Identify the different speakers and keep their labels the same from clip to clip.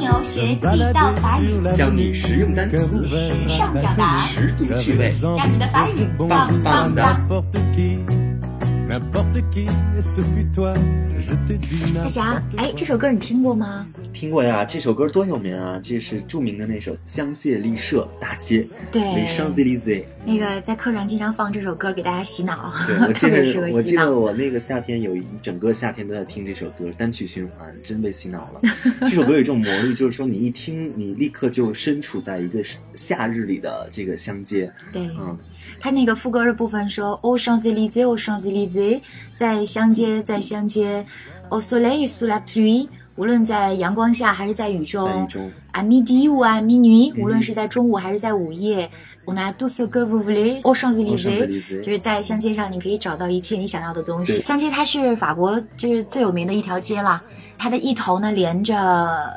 Speaker 1: 小学地道法语，
Speaker 2: 教你实用单词、
Speaker 1: 时尚表达，
Speaker 2: 十足趣味，
Speaker 1: 让你的法语棒棒哒！大侠，哎，这首歌你听过吗？
Speaker 2: 听过呀，这首歌多有名啊！这是著名的那首《香榭丽舍大街》，
Speaker 1: 对
Speaker 2: Les Champs-Élysées。
Speaker 1: 那个在课上经常放这首歌给大家洗脑，
Speaker 2: 对，我记
Speaker 1: 特别适合
Speaker 2: 得我
Speaker 1: 洗
Speaker 2: 记得
Speaker 1: 脑。
Speaker 2: 我那个夏天有一整个夏天都在听这首歌，单曲循环，真被洗 脑了。这首歌有一种魔力，就是说你一听，你立刻就身处在一个夏日里的这个乡街，
Speaker 1: 对，
Speaker 2: 嗯，
Speaker 1: 他那个副歌的部分说 “Au Champs-Élysées, au Champs-Élysées”，在乡街，在乡街，“Au soleil, sous la pluie”，无论在阳光下还是在雨中
Speaker 2: 在嗯雨中，
Speaker 1: ，“à midi ou à minuit”，无论是在中午还是在午夜，“On a tout ce que vous voulez, au
Speaker 2: Aux
Speaker 1: Champs-Élysées”，
Speaker 2: 哦 Champs-Élysées
Speaker 1: 就是在乡街上你可以找到一切你想要的东西。
Speaker 2: 对
Speaker 1: 乡街它是法国就是最有名的一条街啦。它的一头呢连着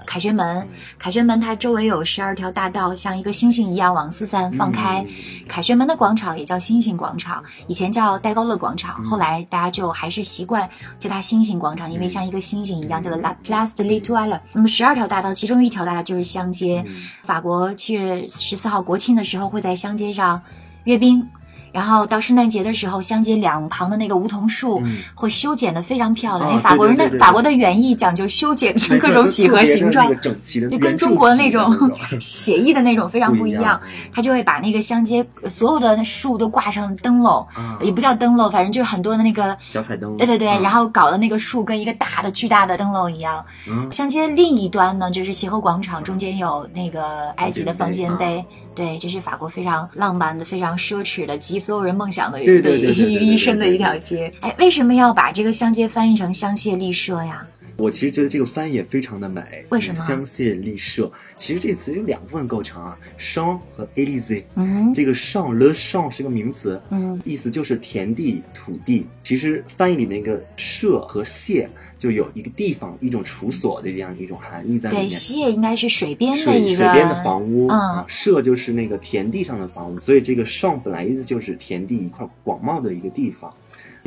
Speaker 1: 凯旋门，凯旋门它周围有十二条大道，像一个星星一样往四散放开。
Speaker 2: 嗯
Speaker 1: 凯旋门的广场也叫星星广场，以前叫戴高乐广场，
Speaker 2: 嗯
Speaker 1: 后来大家就还是习惯叫它星星广场，因为像一个星星一样，叫
Speaker 2: 嗯
Speaker 1: 做 La Place de l'Étoile。那么十二条大道，其中一条大道就是乡街。
Speaker 2: 嗯
Speaker 1: 法国七月十四号国庆的时候会在乡街上阅兵。然后到圣诞节的时候，乡街两旁的那个梧桐树
Speaker 2: 嗯
Speaker 1: 会修剪的非常漂亮。
Speaker 2: 啊
Speaker 1: 因为法
Speaker 2: 对
Speaker 1: 国人的
Speaker 2: 对对对
Speaker 1: 法国的园艺讲究修剪成
Speaker 2: 没错
Speaker 1: 各种几何形状
Speaker 2: 就特别的那，个整齐的，
Speaker 1: 就跟中国的那种
Speaker 2: 圆柱体的那
Speaker 1: 写意的那种非常不
Speaker 2: 不
Speaker 1: 一
Speaker 2: 一
Speaker 1: 样
Speaker 2: 样。
Speaker 1: 他就会把那个乡街呃所有的树都挂上灯笼，
Speaker 2: 啊
Speaker 1: 也不叫灯笼，反正就是很多的那个。
Speaker 2: 小彩灯，
Speaker 1: 对对对，
Speaker 2: 嗯
Speaker 1: 然后搞的那个树跟一个大的、巨大的灯笼一样。
Speaker 2: 嗯
Speaker 1: 乡街另一端呢，就是协和广场，中间有那个埃及的方尖
Speaker 2: 方尖
Speaker 1: 碑。对，这是法国非常浪漫的、非常奢侈的，集所有人梦想的
Speaker 2: 对对对对对对对
Speaker 1: 于一身的一条街。哎，为什么要把这个乡街翻译成香榭丽舍呀？
Speaker 2: 我其实觉得这个翻译也非常的美，
Speaker 1: 为什么
Speaker 2: 香榭丽舍，其实这个词有两部分构成啊，champ 和 élysée。
Speaker 1: 嗯
Speaker 2: 这个 champ le champ 是个名词，
Speaker 1: 嗯，
Speaker 2: 意思就是田地、土地。其实翻译里那个舍和谢就有一个地方、一种处所的这样一种含义在里
Speaker 1: 对，
Speaker 2: 面。
Speaker 1: 西也应该是水边的
Speaker 2: 水
Speaker 1: 一个
Speaker 2: 水边的房屋，
Speaker 1: 嗯
Speaker 2: 啊，舍就是那个田地上的房屋，所以这个 champ 本来意思就是田地一块广袤的一个地方。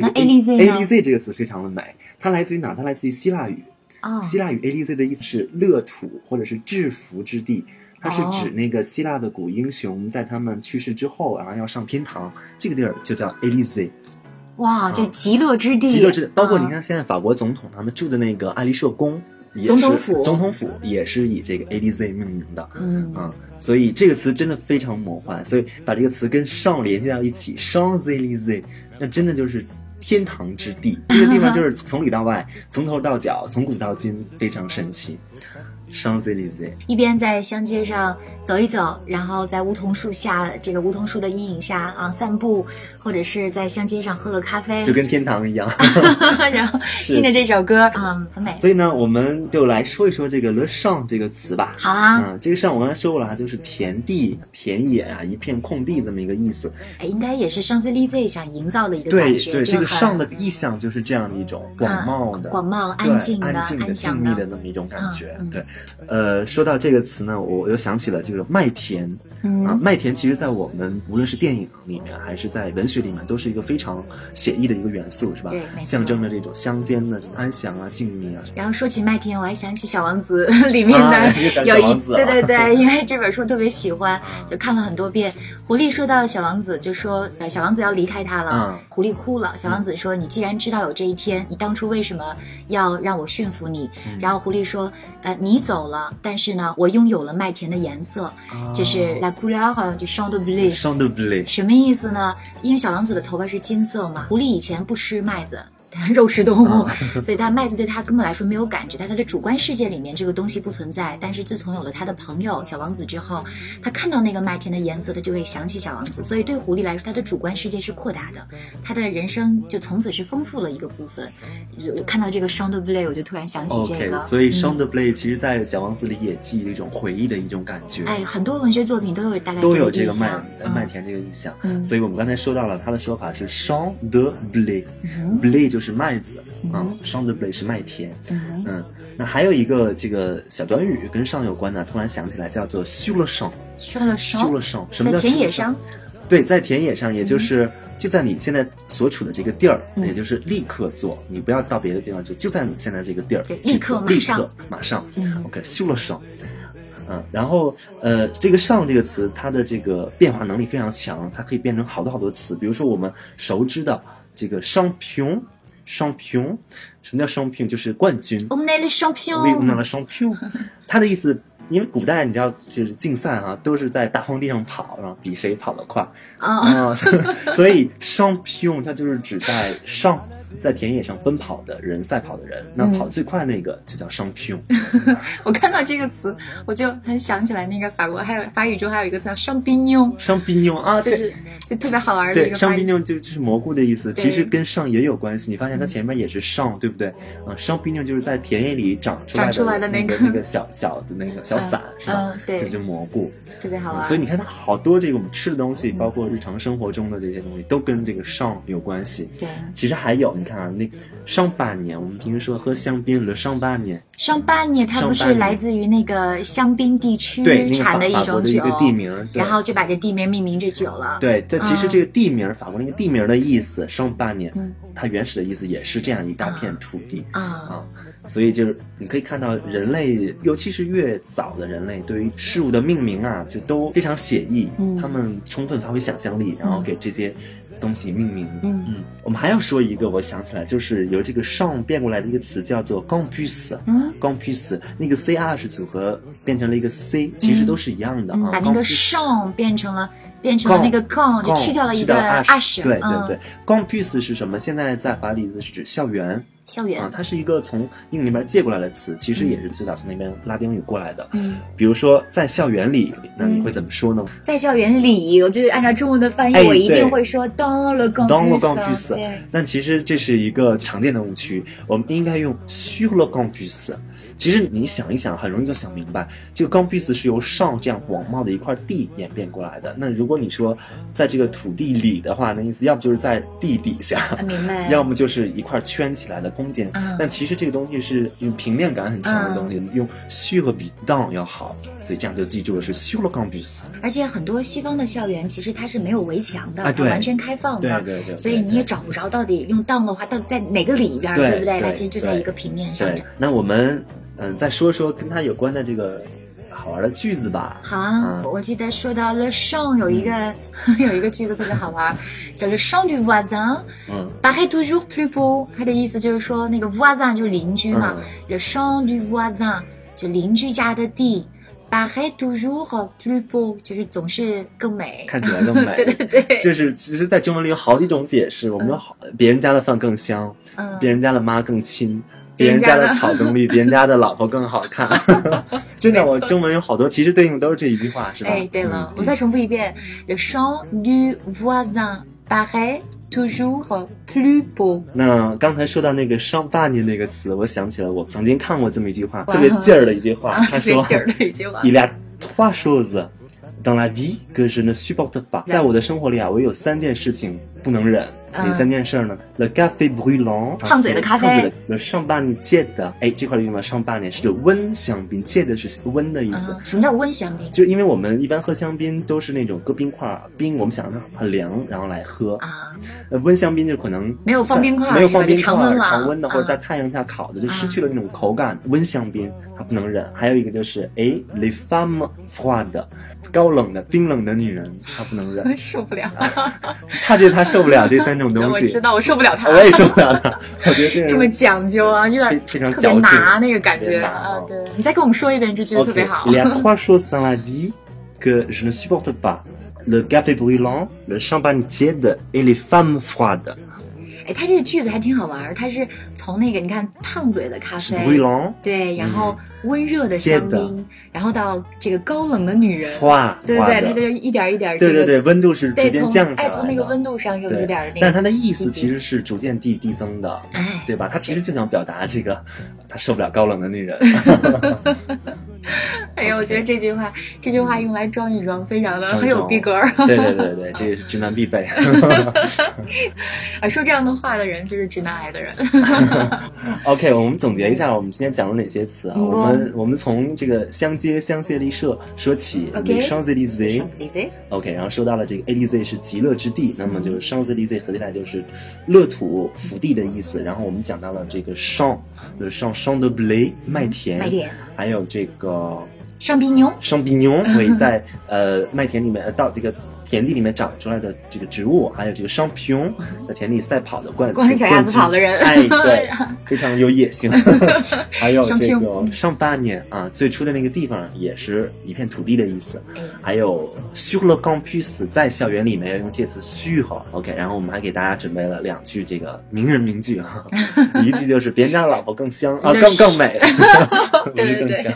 Speaker 1: 那 Élysée 呢
Speaker 2: A L Z 这个词非常的美，它来自于哪儿？它来自于希腊语，
Speaker 1: 哦，
Speaker 2: 希腊语 A L Z 的意思是乐土或者是制服之地。它是指
Speaker 1: 哦
Speaker 2: 那个希腊的古英雄在他们去世之后，然后要上天堂，这个地儿就叫 A L Z。
Speaker 1: 哇，就极乐之地，
Speaker 2: 嗯极乐之，包括你
Speaker 1: 嗯
Speaker 2: 看现在法国总统他们住的那个爱丽舍宫，也是
Speaker 1: 总统府
Speaker 2: 总统府也是以这个 A D Z 命名的。
Speaker 1: 嗯
Speaker 2: 嗯，所以这个词真的非常魔幻，所以把这个词跟上联系到一起 s h a
Speaker 1: 嗯
Speaker 2: n z e l y z e 那真的就是天堂之地。这个地方就是从里到外，从头到脚，从古到今，非常神奇。s h a n z e l y z e
Speaker 1: 一边在乡街上走一走，然后在梧桐树下这个梧桐树的阴影下啊散步，或者是在乡街上喝个咖啡
Speaker 2: 就，跟天堂一样。
Speaker 1: 然后
Speaker 2: 是
Speaker 1: 听着这首歌，嗯，很美。
Speaker 2: 所以呢，我们就来说一说这个 le champ 这个词吧。
Speaker 1: 好啊，
Speaker 2: 嗯，这个上我刚才说过了啊，就是田地、田野啊，一片空地这么一个意思。
Speaker 1: 哎应该也是上次 l i z 想营造的一个
Speaker 2: 对
Speaker 1: 感觉，
Speaker 2: 对，
Speaker 1: 就
Speaker 2: 这个
Speaker 1: 很嗯
Speaker 2: 上的意象就是这样的一种广袤的、
Speaker 1: 广袤、
Speaker 2: 对
Speaker 1: 安静的、
Speaker 2: 安静的、
Speaker 1: 安
Speaker 2: 静
Speaker 1: 详
Speaker 2: 谧的，那么一种感觉。
Speaker 1: 嗯嗯
Speaker 2: 对，呃，说到这个词呢，我我又想起了这个麦田啊，
Speaker 1: 嗯，
Speaker 2: 麦田其实在我们无论是电影里面还是在文学里面，都是一个非常写意的一个元素，是吧
Speaker 1: 对没错？
Speaker 2: 象征着这种乡间的安详啊、静谧啊。
Speaker 1: 然后说起麦田，我还想起《小王子》 里面
Speaker 2: 啊
Speaker 1: 的
Speaker 2: 又想起
Speaker 1: 有
Speaker 2: 小
Speaker 1: 一，
Speaker 2: 王子
Speaker 1: 对
Speaker 2: 了
Speaker 1: 对对，因为这本书特别喜欢，就看了很多遍。狐狸说到小王子，就说呃小王子要离开他了，
Speaker 2: 嗯
Speaker 1: 狐狸哭了。小王子说：“你既然知道有这一天，你当初为什么要让我驯服你？”
Speaker 2: 嗯
Speaker 1: 然后狐狸说：“呃，你走了，但是呢，我拥有了麦田的颜色，就是
Speaker 2: 啊哦
Speaker 1: la couleur du champ de blé。”
Speaker 2: 上的不累，
Speaker 1: 什么意思呢？因为小王子的头发是金色嘛，狐狸以前不吃麦子。 它肉食动
Speaker 2: 啊
Speaker 1: 物， 所以它麦子对它根本来说没有感觉，在它的主观世界里面这个东西不存在。但是自从有了他的朋友小王子之后，他看到那个麦田的颜色，他就会想起小王
Speaker 2: 嗯
Speaker 1: 子。所以对狐狸来说，它的主观世界是扩大的，他的人生就从此是丰富了一个部分。有看到这个 s h a n d b l a y 我就突然想起这
Speaker 2: OK，
Speaker 1: 个。
Speaker 2: 所以
Speaker 1: 嗯
Speaker 2: Shaun the Blade 其实，在《小王子》里也寄予一种回忆的一种感觉，
Speaker 1: 哎，很多文学作品都有大概
Speaker 2: 都有这
Speaker 1: 个
Speaker 2: 个
Speaker 1: 意
Speaker 2: 麦
Speaker 1: 象
Speaker 2: 呃麦田这个意象。
Speaker 1: 嗯
Speaker 2: 所以我们刚才说到了他的说法是 Shaun the Blade，Blade 就是麦子啊，Shaun the Blade 是麦田。
Speaker 1: 嗯
Speaker 2: 嗯，那还有一个这个小短语跟上有关的，突然想起来叫做 s u l e s h a n
Speaker 1: 说了
Speaker 2: s
Speaker 1: 伤
Speaker 2: u l e s h a n 什么
Speaker 1: 在
Speaker 2: 叫
Speaker 1: 田野
Speaker 2: sur le champ？
Speaker 1: 上，
Speaker 2: 对，在田野上，也就是、就在你现在所处的这个地儿，
Speaker 1: 嗯
Speaker 2: 也就是立刻做，你不要到别的地方去，就在你现在这个地儿
Speaker 1: 对，
Speaker 2: 去
Speaker 1: 立刻
Speaker 2: 做
Speaker 1: 马上
Speaker 2: 立刻马上。
Speaker 1: 嗯
Speaker 2: OK，修了手。嗯，然后呃，这个“上”这个词，它的这个变化能力非常强，它可以变成好多好多词。比如说我们熟知的这个 “champion”。champion，什么叫 champion？就是冠军。
Speaker 1: 我们来了哦
Speaker 2: 为我们拿
Speaker 1: champion，
Speaker 2: 了 champion，它的意思，因为古代你知道，就是竞赛啊，都是在大荒地上跑，然后比谁跑得快
Speaker 1: 啊，
Speaker 2: 啊、所以 champion 它就是指在上在田野上奔跑的人，赛跑的人。那
Speaker 1: 嗯
Speaker 2: 跑最快那个就叫 champion。
Speaker 1: 我看到这个词，我就很想起来那个法国还有法语中还有一个词叫 champignon，
Speaker 2: 香槟妞啊，
Speaker 1: 就
Speaker 2: 对
Speaker 1: 是就特别好玩的一
Speaker 2: 对，
Speaker 1: 个
Speaker 2: 香
Speaker 1: 法
Speaker 2: 槟
Speaker 1: 语。
Speaker 2: 妞就就是蘑菇的意思，
Speaker 1: 对嗯
Speaker 2: 其实跟上也有关系。你发现它前面也是上，对不对？啊，香槟妞就是在田野里长出来的
Speaker 1: 长出来的
Speaker 2: 那
Speaker 1: 那个
Speaker 2: 那个小小的那个小伞，
Speaker 1: 嗯
Speaker 2: 是吧
Speaker 1: 嗯？对
Speaker 2: 这就是蘑菇。
Speaker 1: 特别好
Speaker 2: 嗯
Speaker 1: 玩。
Speaker 2: 所以你看，它好多这个我们吃的东西，包括日常生活中的这些东西，都跟这个上有关系。
Speaker 1: 对，
Speaker 2: 其实还有，你看啊，那上半年我们平时说喝香槟了，上半年
Speaker 1: 上半年它不
Speaker 2: 上半
Speaker 1: 是
Speaker 2: 年
Speaker 1: 来自于那个香槟地区
Speaker 2: 对那个
Speaker 1: 嗯产
Speaker 2: 法
Speaker 1: 一
Speaker 2: 法国
Speaker 1: 种
Speaker 2: 的一
Speaker 1: 酒
Speaker 2: 个，地名，对
Speaker 1: 然后就把这地名命名这酒了。
Speaker 2: 对，这其实
Speaker 1: 嗯
Speaker 2: 这个地名，法国那个地名的意思，上半年
Speaker 1: 嗯
Speaker 2: 它原始的意思也是这样一大片土地
Speaker 1: 啊，
Speaker 2: 啊。所以就是你可以看到，人类尤其是越早的人类，对于事物的命名啊，就都非常写意，
Speaker 1: 嗯
Speaker 2: 他们充分发挥想象力，然后给这些东西命名。
Speaker 1: 嗯
Speaker 2: 我们还要说一个，我想起来，就是由这个上变过来的一个词叫做 campus。
Speaker 1: 嗯
Speaker 2: campus 那个 c r 是组合变成了一个 c，其实都是一样的啊。
Speaker 1: 嗯，把那个
Speaker 2: campus
Speaker 1: 上变成了变成了那个 gone，就去掉了一个 ash，
Speaker 2: 对
Speaker 1: 嗯
Speaker 2: 对对，campus 是什么？现在在法语里是指校园
Speaker 1: 校
Speaker 2: 啊
Speaker 1: 园，，
Speaker 2: 它是一个从英语那边借过来的词，其实也是最早从那边拉丁语过来的。
Speaker 1: 嗯，
Speaker 2: 比如说在校园里，那你会怎么说呢？
Speaker 1: 在校园里，我就是按照中文的翻译，
Speaker 2: 哎
Speaker 1: 我一
Speaker 2: 对
Speaker 1: 定会说 dans le
Speaker 2: Dans le
Speaker 1: campus，
Speaker 2: campus
Speaker 1: 对，
Speaker 2: 但其实这是一个常见的误区，我们应该用 sur le campus。其实你想一想，很容易就想明白，这个 campus 是由上这样广袤的一块地演变过来的。那如果你说在这个土地里的话，那意思要不就是在地底下，
Speaker 1: 啊明白。
Speaker 2: 要么就是一块圈起来的空间。
Speaker 1: 嗯
Speaker 2: 但其实这个东西是用平面感很强的东西，用虚和比 down 要好，所以这样就记住了是虚了 campus。
Speaker 1: 而且很多西方的校园其实它是没有围墙的，
Speaker 2: 啊
Speaker 1: 它
Speaker 2: 对
Speaker 1: 完全开放
Speaker 2: 对
Speaker 1: 的，
Speaker 2: 对对，
Speaker 1: 所以你也
Speaker 2: 对
Speaker 1: 找不着到底用 down 的话到底在哪个里边儿，
Speaker 2: 对
Speaker 1: 不对？
Speaker 2: 对
Speaker 1: 它其实就在
Speaker 2: 对
Speaker 1: 一个平面上
Speaker 2: 对。那我们嗯再说说跟它有关的这个好玩的句子吧。
Speaker 1: 好啊，
Speaker 2: 嗯
Speaker 1: 我记得说到 le c h a n 有一个 有一个句子特别好玩儿，叫 le c h a n du voisin
Speaker 2: 嗯
Speaker 1: paraît toujours plus beau。它的意思就是说那个 voisin 就是邻居嘛、
Speaker 2: 嗯
Speaker 1: l e c h a n du voisin 就邻居家的地，paraît toujours plus beau 就是总是更美。
Speaker 2: 看起来更美。
Speaker 1: 对对嗯对，
Speaker 2: 就是，其实，在中文里有好几种解释。我们有好，别人家的饭更香，
Speaker 1: 嗯，
Speaker 2: 别人家的妈更亲，
Speaker 1: 别
Speaker 2: 别
Speaker 1: 人
Speaker 2: 人家
Speaker 1: 家的
Speaker 2: 的草更 绿，别人家的老婆更好看。 真的，
Speaker 1: 没错
Speaker 2: 我中文有好多，其实对应的都是这一句话，是吧？
Speaker 1: 哎，对了，
Speaker 2: 嗯
Speaker 1: 我再重复一遍，le chant du voisin paraît toujours plus beau。
Speaker 2: 那刚才说到那个上半年那个词，我想起来我曾经看过这么一句话，
Speaker 1: 哇
Speaker 2: 特别劲儿的一句话，
Speaker 1: 啊，
Speaker 2: 他
Speaker 1: 特
Speaker 2: 说
Speaker 1: 别劲儿的一句话。
Speaker 2: ：“Il y a trois choses dans la vie que je ne supporte pas。”在我的生活里啊，我有三件事情不能忍。
Speaker 1: 嗯
Speaker 2: 哪三件事儿呢？Le café brûlant，啊
Speaker 1: 烫嘴的咖啡
Speaker 2: 烫嘴的，le champagne tiède。哎，这块儿用到 champagne 是温香槟，tiède 是温的意思。
Speaker 1: 嗯，什么叫温香槟？
Speaker 2: 就因为我们一般喝香槟都是那种搁冰块儿，冰我们想着很凉，然后来喝。
Speaker 1: 啊，
Speaker 2: 那温香槟就可能
Speaker 1: 没有放冰块儿
Speaker 2: 没有放冰
Speaker 1: 是吧
Speaker 2: 块
Speaker 1: 就常温
Speaker 2: 儿，
Speaker 1: 了
Speaker 2: 常温的
Speaker 1: 啊。
Speaker 2: 或者在太阳下烤的，就失去了那种口感。温香槟它不能忍。还有一个就是，哎，les femmes froides，高冷的、冰冷的女人，她不能忍
Speaker 1: 受不了！
Speaker 2: 啊她觉得她受不了这三种东
Speaker 1: 我
Speaker 2: 西，
Speaker 1: 知道，我受不了他
Speaker 2: 我也受不了她。我觉得这个
Speaker 1: 这么讲究啊，有
Speaker 2: 非
Speaker 1: 点
Speaker 2: 非常
Speaker 1: 特别
Speaker 2: 矫情
Speaker 1: 拿那个感
Speaker 2: 特别
Speaker 1: 觉
Speaker 2: 拿
Speaker 1: 啊
Speaker 2: 啊。
Speaker 1: 对，你再跟我们说一遍这句
Speaker 2: OK，
Speaker 1: 特别好
Speaker 2: Il。y a trois choses dans la vie que je ne supporte pas. Le café brûlant, le champagne tiède et les femmes froides.
Speaker 1: 哎，它这个句子还挺好玩儿，它是从那个你看烫嘴的咖啡。
Speaker 2: Brûlant,
Speaker 1: 对，然后温热的
Speaker 2: 嗯接
Speaker 1: 香
Speaker 2: 的
Speaker 1: 槟，然后到这个高冷的女人，
Speaker 2: froid,
Speaker 1: 对不对？它
Speaker 2: froide
Speaker 1: 就是一点儿一点儿这
Speaker 2: 对
Speaker 1: 个
Speaker 2: 对对，温度是逐
Speaker 1: 对，
Speaker 2: 渐
Speaker 1: 从
Speaker 2: 降下来
Speaker 1: 哎，
Speaker 2: 的。
Speaker 1: 从那个温度上又有
Speaker 2: 对
Speaker 1: 点儿那
Speaker 2: 但
Speaker 1: 个，
Speaker 2: 它的意思其实是逐渐递递增的，
Speaker 1: 哎，
Speaker 2: 对吧？他其实就想表达这个，他受不了高冷的女人。
Speaker 1: 哎呀，我觉得这句话，这句话用来装一装，非常的
Speaker 2: 装一
Speaker 1: 很有
Speaker 2: 装
Speaker 1: 逼格 儿。
Speaker 2: 对对对对，这个是直男必备。
Speaker 1: 啊，说这样的话的人就是直男癌的人。
Speaker 2: OK，我们总结一下，我们今天讲了哪些词啊？
Speaker 1: 嗯
Speaker 2: 我们我们从这个香街香榭丽舍说起
Speaker 1: OK
Speaker 2: ，Les Champs-Élysées。
Speaker 1: Champs-Élysées
Speaker 2: OK，然后说到了这个 Élysée 是极乐之地，那么就是 Champs-Élysées 合起来就是乐土福地的意思。然后我们嗯讲到了这个 Champ，Le Champ Champ de Blé 麦田，
Speaker 1: 麦田
Speaker 2: 还有这个
Speaker 1: 上比牛，
Speaker 2: 圣比牛为在呃麦田里面呃到这个田地里面长出来的这个植物，还有这个商皮翁在田里赛跑的冠
Speaker 1: 光着脚丫子跑的人
Speaker 2: 冠军哎，对，非常有野 性。还有这
Speaker 1: 商皮
Speaker 2: 个
Speaker 1: 翁
Speaker 2: 上半年啊，最初的那个地方也是一片土地的意思。
Speaker 1: 哎，
Speaker 2: 还有 sur le campus，在校园里面要用介词 sur。OK，然后我们还给大家准备了两句这个名人名句 啊，一句就是别人家的老婆更香啊，
Speaker 1: 那
Speaker 2: 更
Speaker 1: 是
Speaker 2: 更 美，不
Speaker 1: 对
Speaker 2: 是
Speaker 1: 对
Speaker 2: 更
Speaker 1: 对
Speaker 2: 香。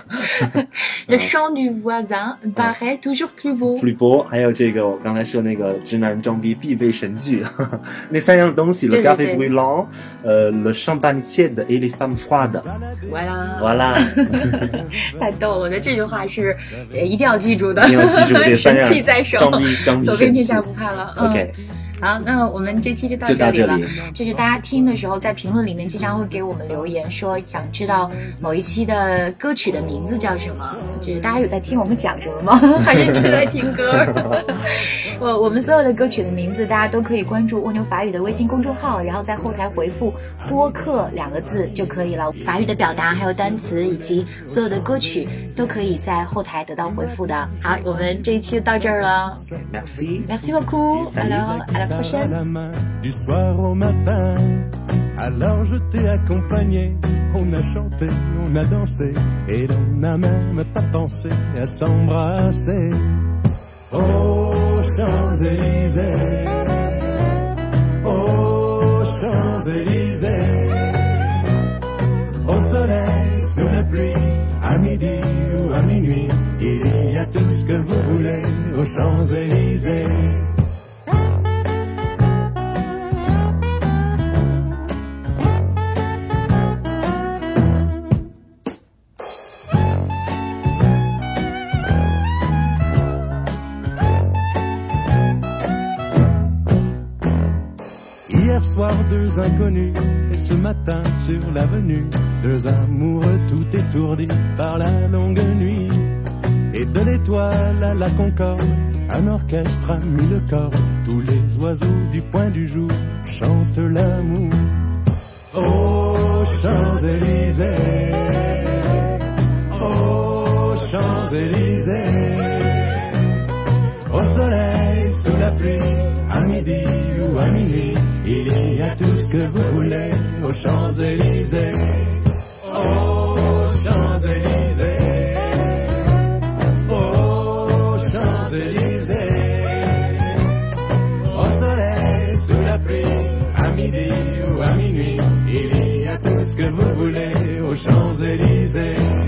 Speaker 2: 嗯
Speaker 1: Le chant du voisin paraît toujours plus beau。
Speaker 2: 吕博，还有这个我刚才说那个直男装逼必备神剧， 那三样东西，Le
Speaker 1: 对
Speaker 2: g a
Speaker 1: 对
Speaker 2: f e
Speaker 1: 对
Speaker 2: b r u l a n 呃，Le champagne tiède et les femmes froides，
Speaker 1: 哇，
Speaker 2: 完啦，
Speaker 1: 太逗了！我觉得这句话是呃一定要记住的，
Speaker 2: 一定要 记住这三
Speaker 1: 神
Speaker 2: 样
Speaker 1: 器在手，
Speaker 2: 装逼装逼
Speaker 1: 走
Speaker 2: 神
Speaker 1: 遍天
Speaker 2: 器
Speaker 1: 下不怕了。嗯
Speaker 2: OK，
Speaker 1: 好，那我们这期就到
Speaker 2: 就到
Speaker 1: 里
Speaker 2: 这
Speaker 1: 了
Speaker 2: 里。
Speaker 1: 就是大家听的时候，在评论里面经常会给我们留言，说想知道某一期的歌曲的名字叫什么。就是大家有在听我们讲什么吗？ 还认真在听歌？ 我我们所有的歌曲的名字，大家都可以关注蜗牛法语的微信公众号，然后在后台回复“播客”两个字就可以了。法语的表达还有单词以及所有的歌曲都可以在后台得到回复的。好，我们这一期就到这儿了。
Speaker 2: ，Merci。
Speaker 1: Merci beaucoup.
Speaker 2: Salut.
Speaker 1: Alors, à la
Speaker 3: À
Speaker 1: prochaine.
Speaker 3: la main, du soir au matin. Alors je t'ai accompagné, on a chanté, on a dansé, et l'on n'a même pas pensé à s'embrasser. Aux Champs-Élysées, aux Champs-Élysées, au soleil, sous la pluie, à midi ou à minuit, il y a tout ce que vous voulez aux Champs-Élysées. Hier soir, deux inconnus, et ce matin sur l'avenue, deux amoureux tout étourdis par la longue nuit. Et de l'étoile à la concorde, un orchestre a mis le corps, tous les oiseaux du point du jour chantent l'amour. Aux Champs-Élysées, aux Champs-Élysées. Au soleil, sous la pluie, à midi ou à minuit, il y a tout ce que vous voulez aux Champs-Élysées. Aux Champs-Élysées. Aux Champs-Élysées. Au soleil, sous la pluie, à midi ou à minuit, il y a tout ce que vous voulez aux Champs-Élysées.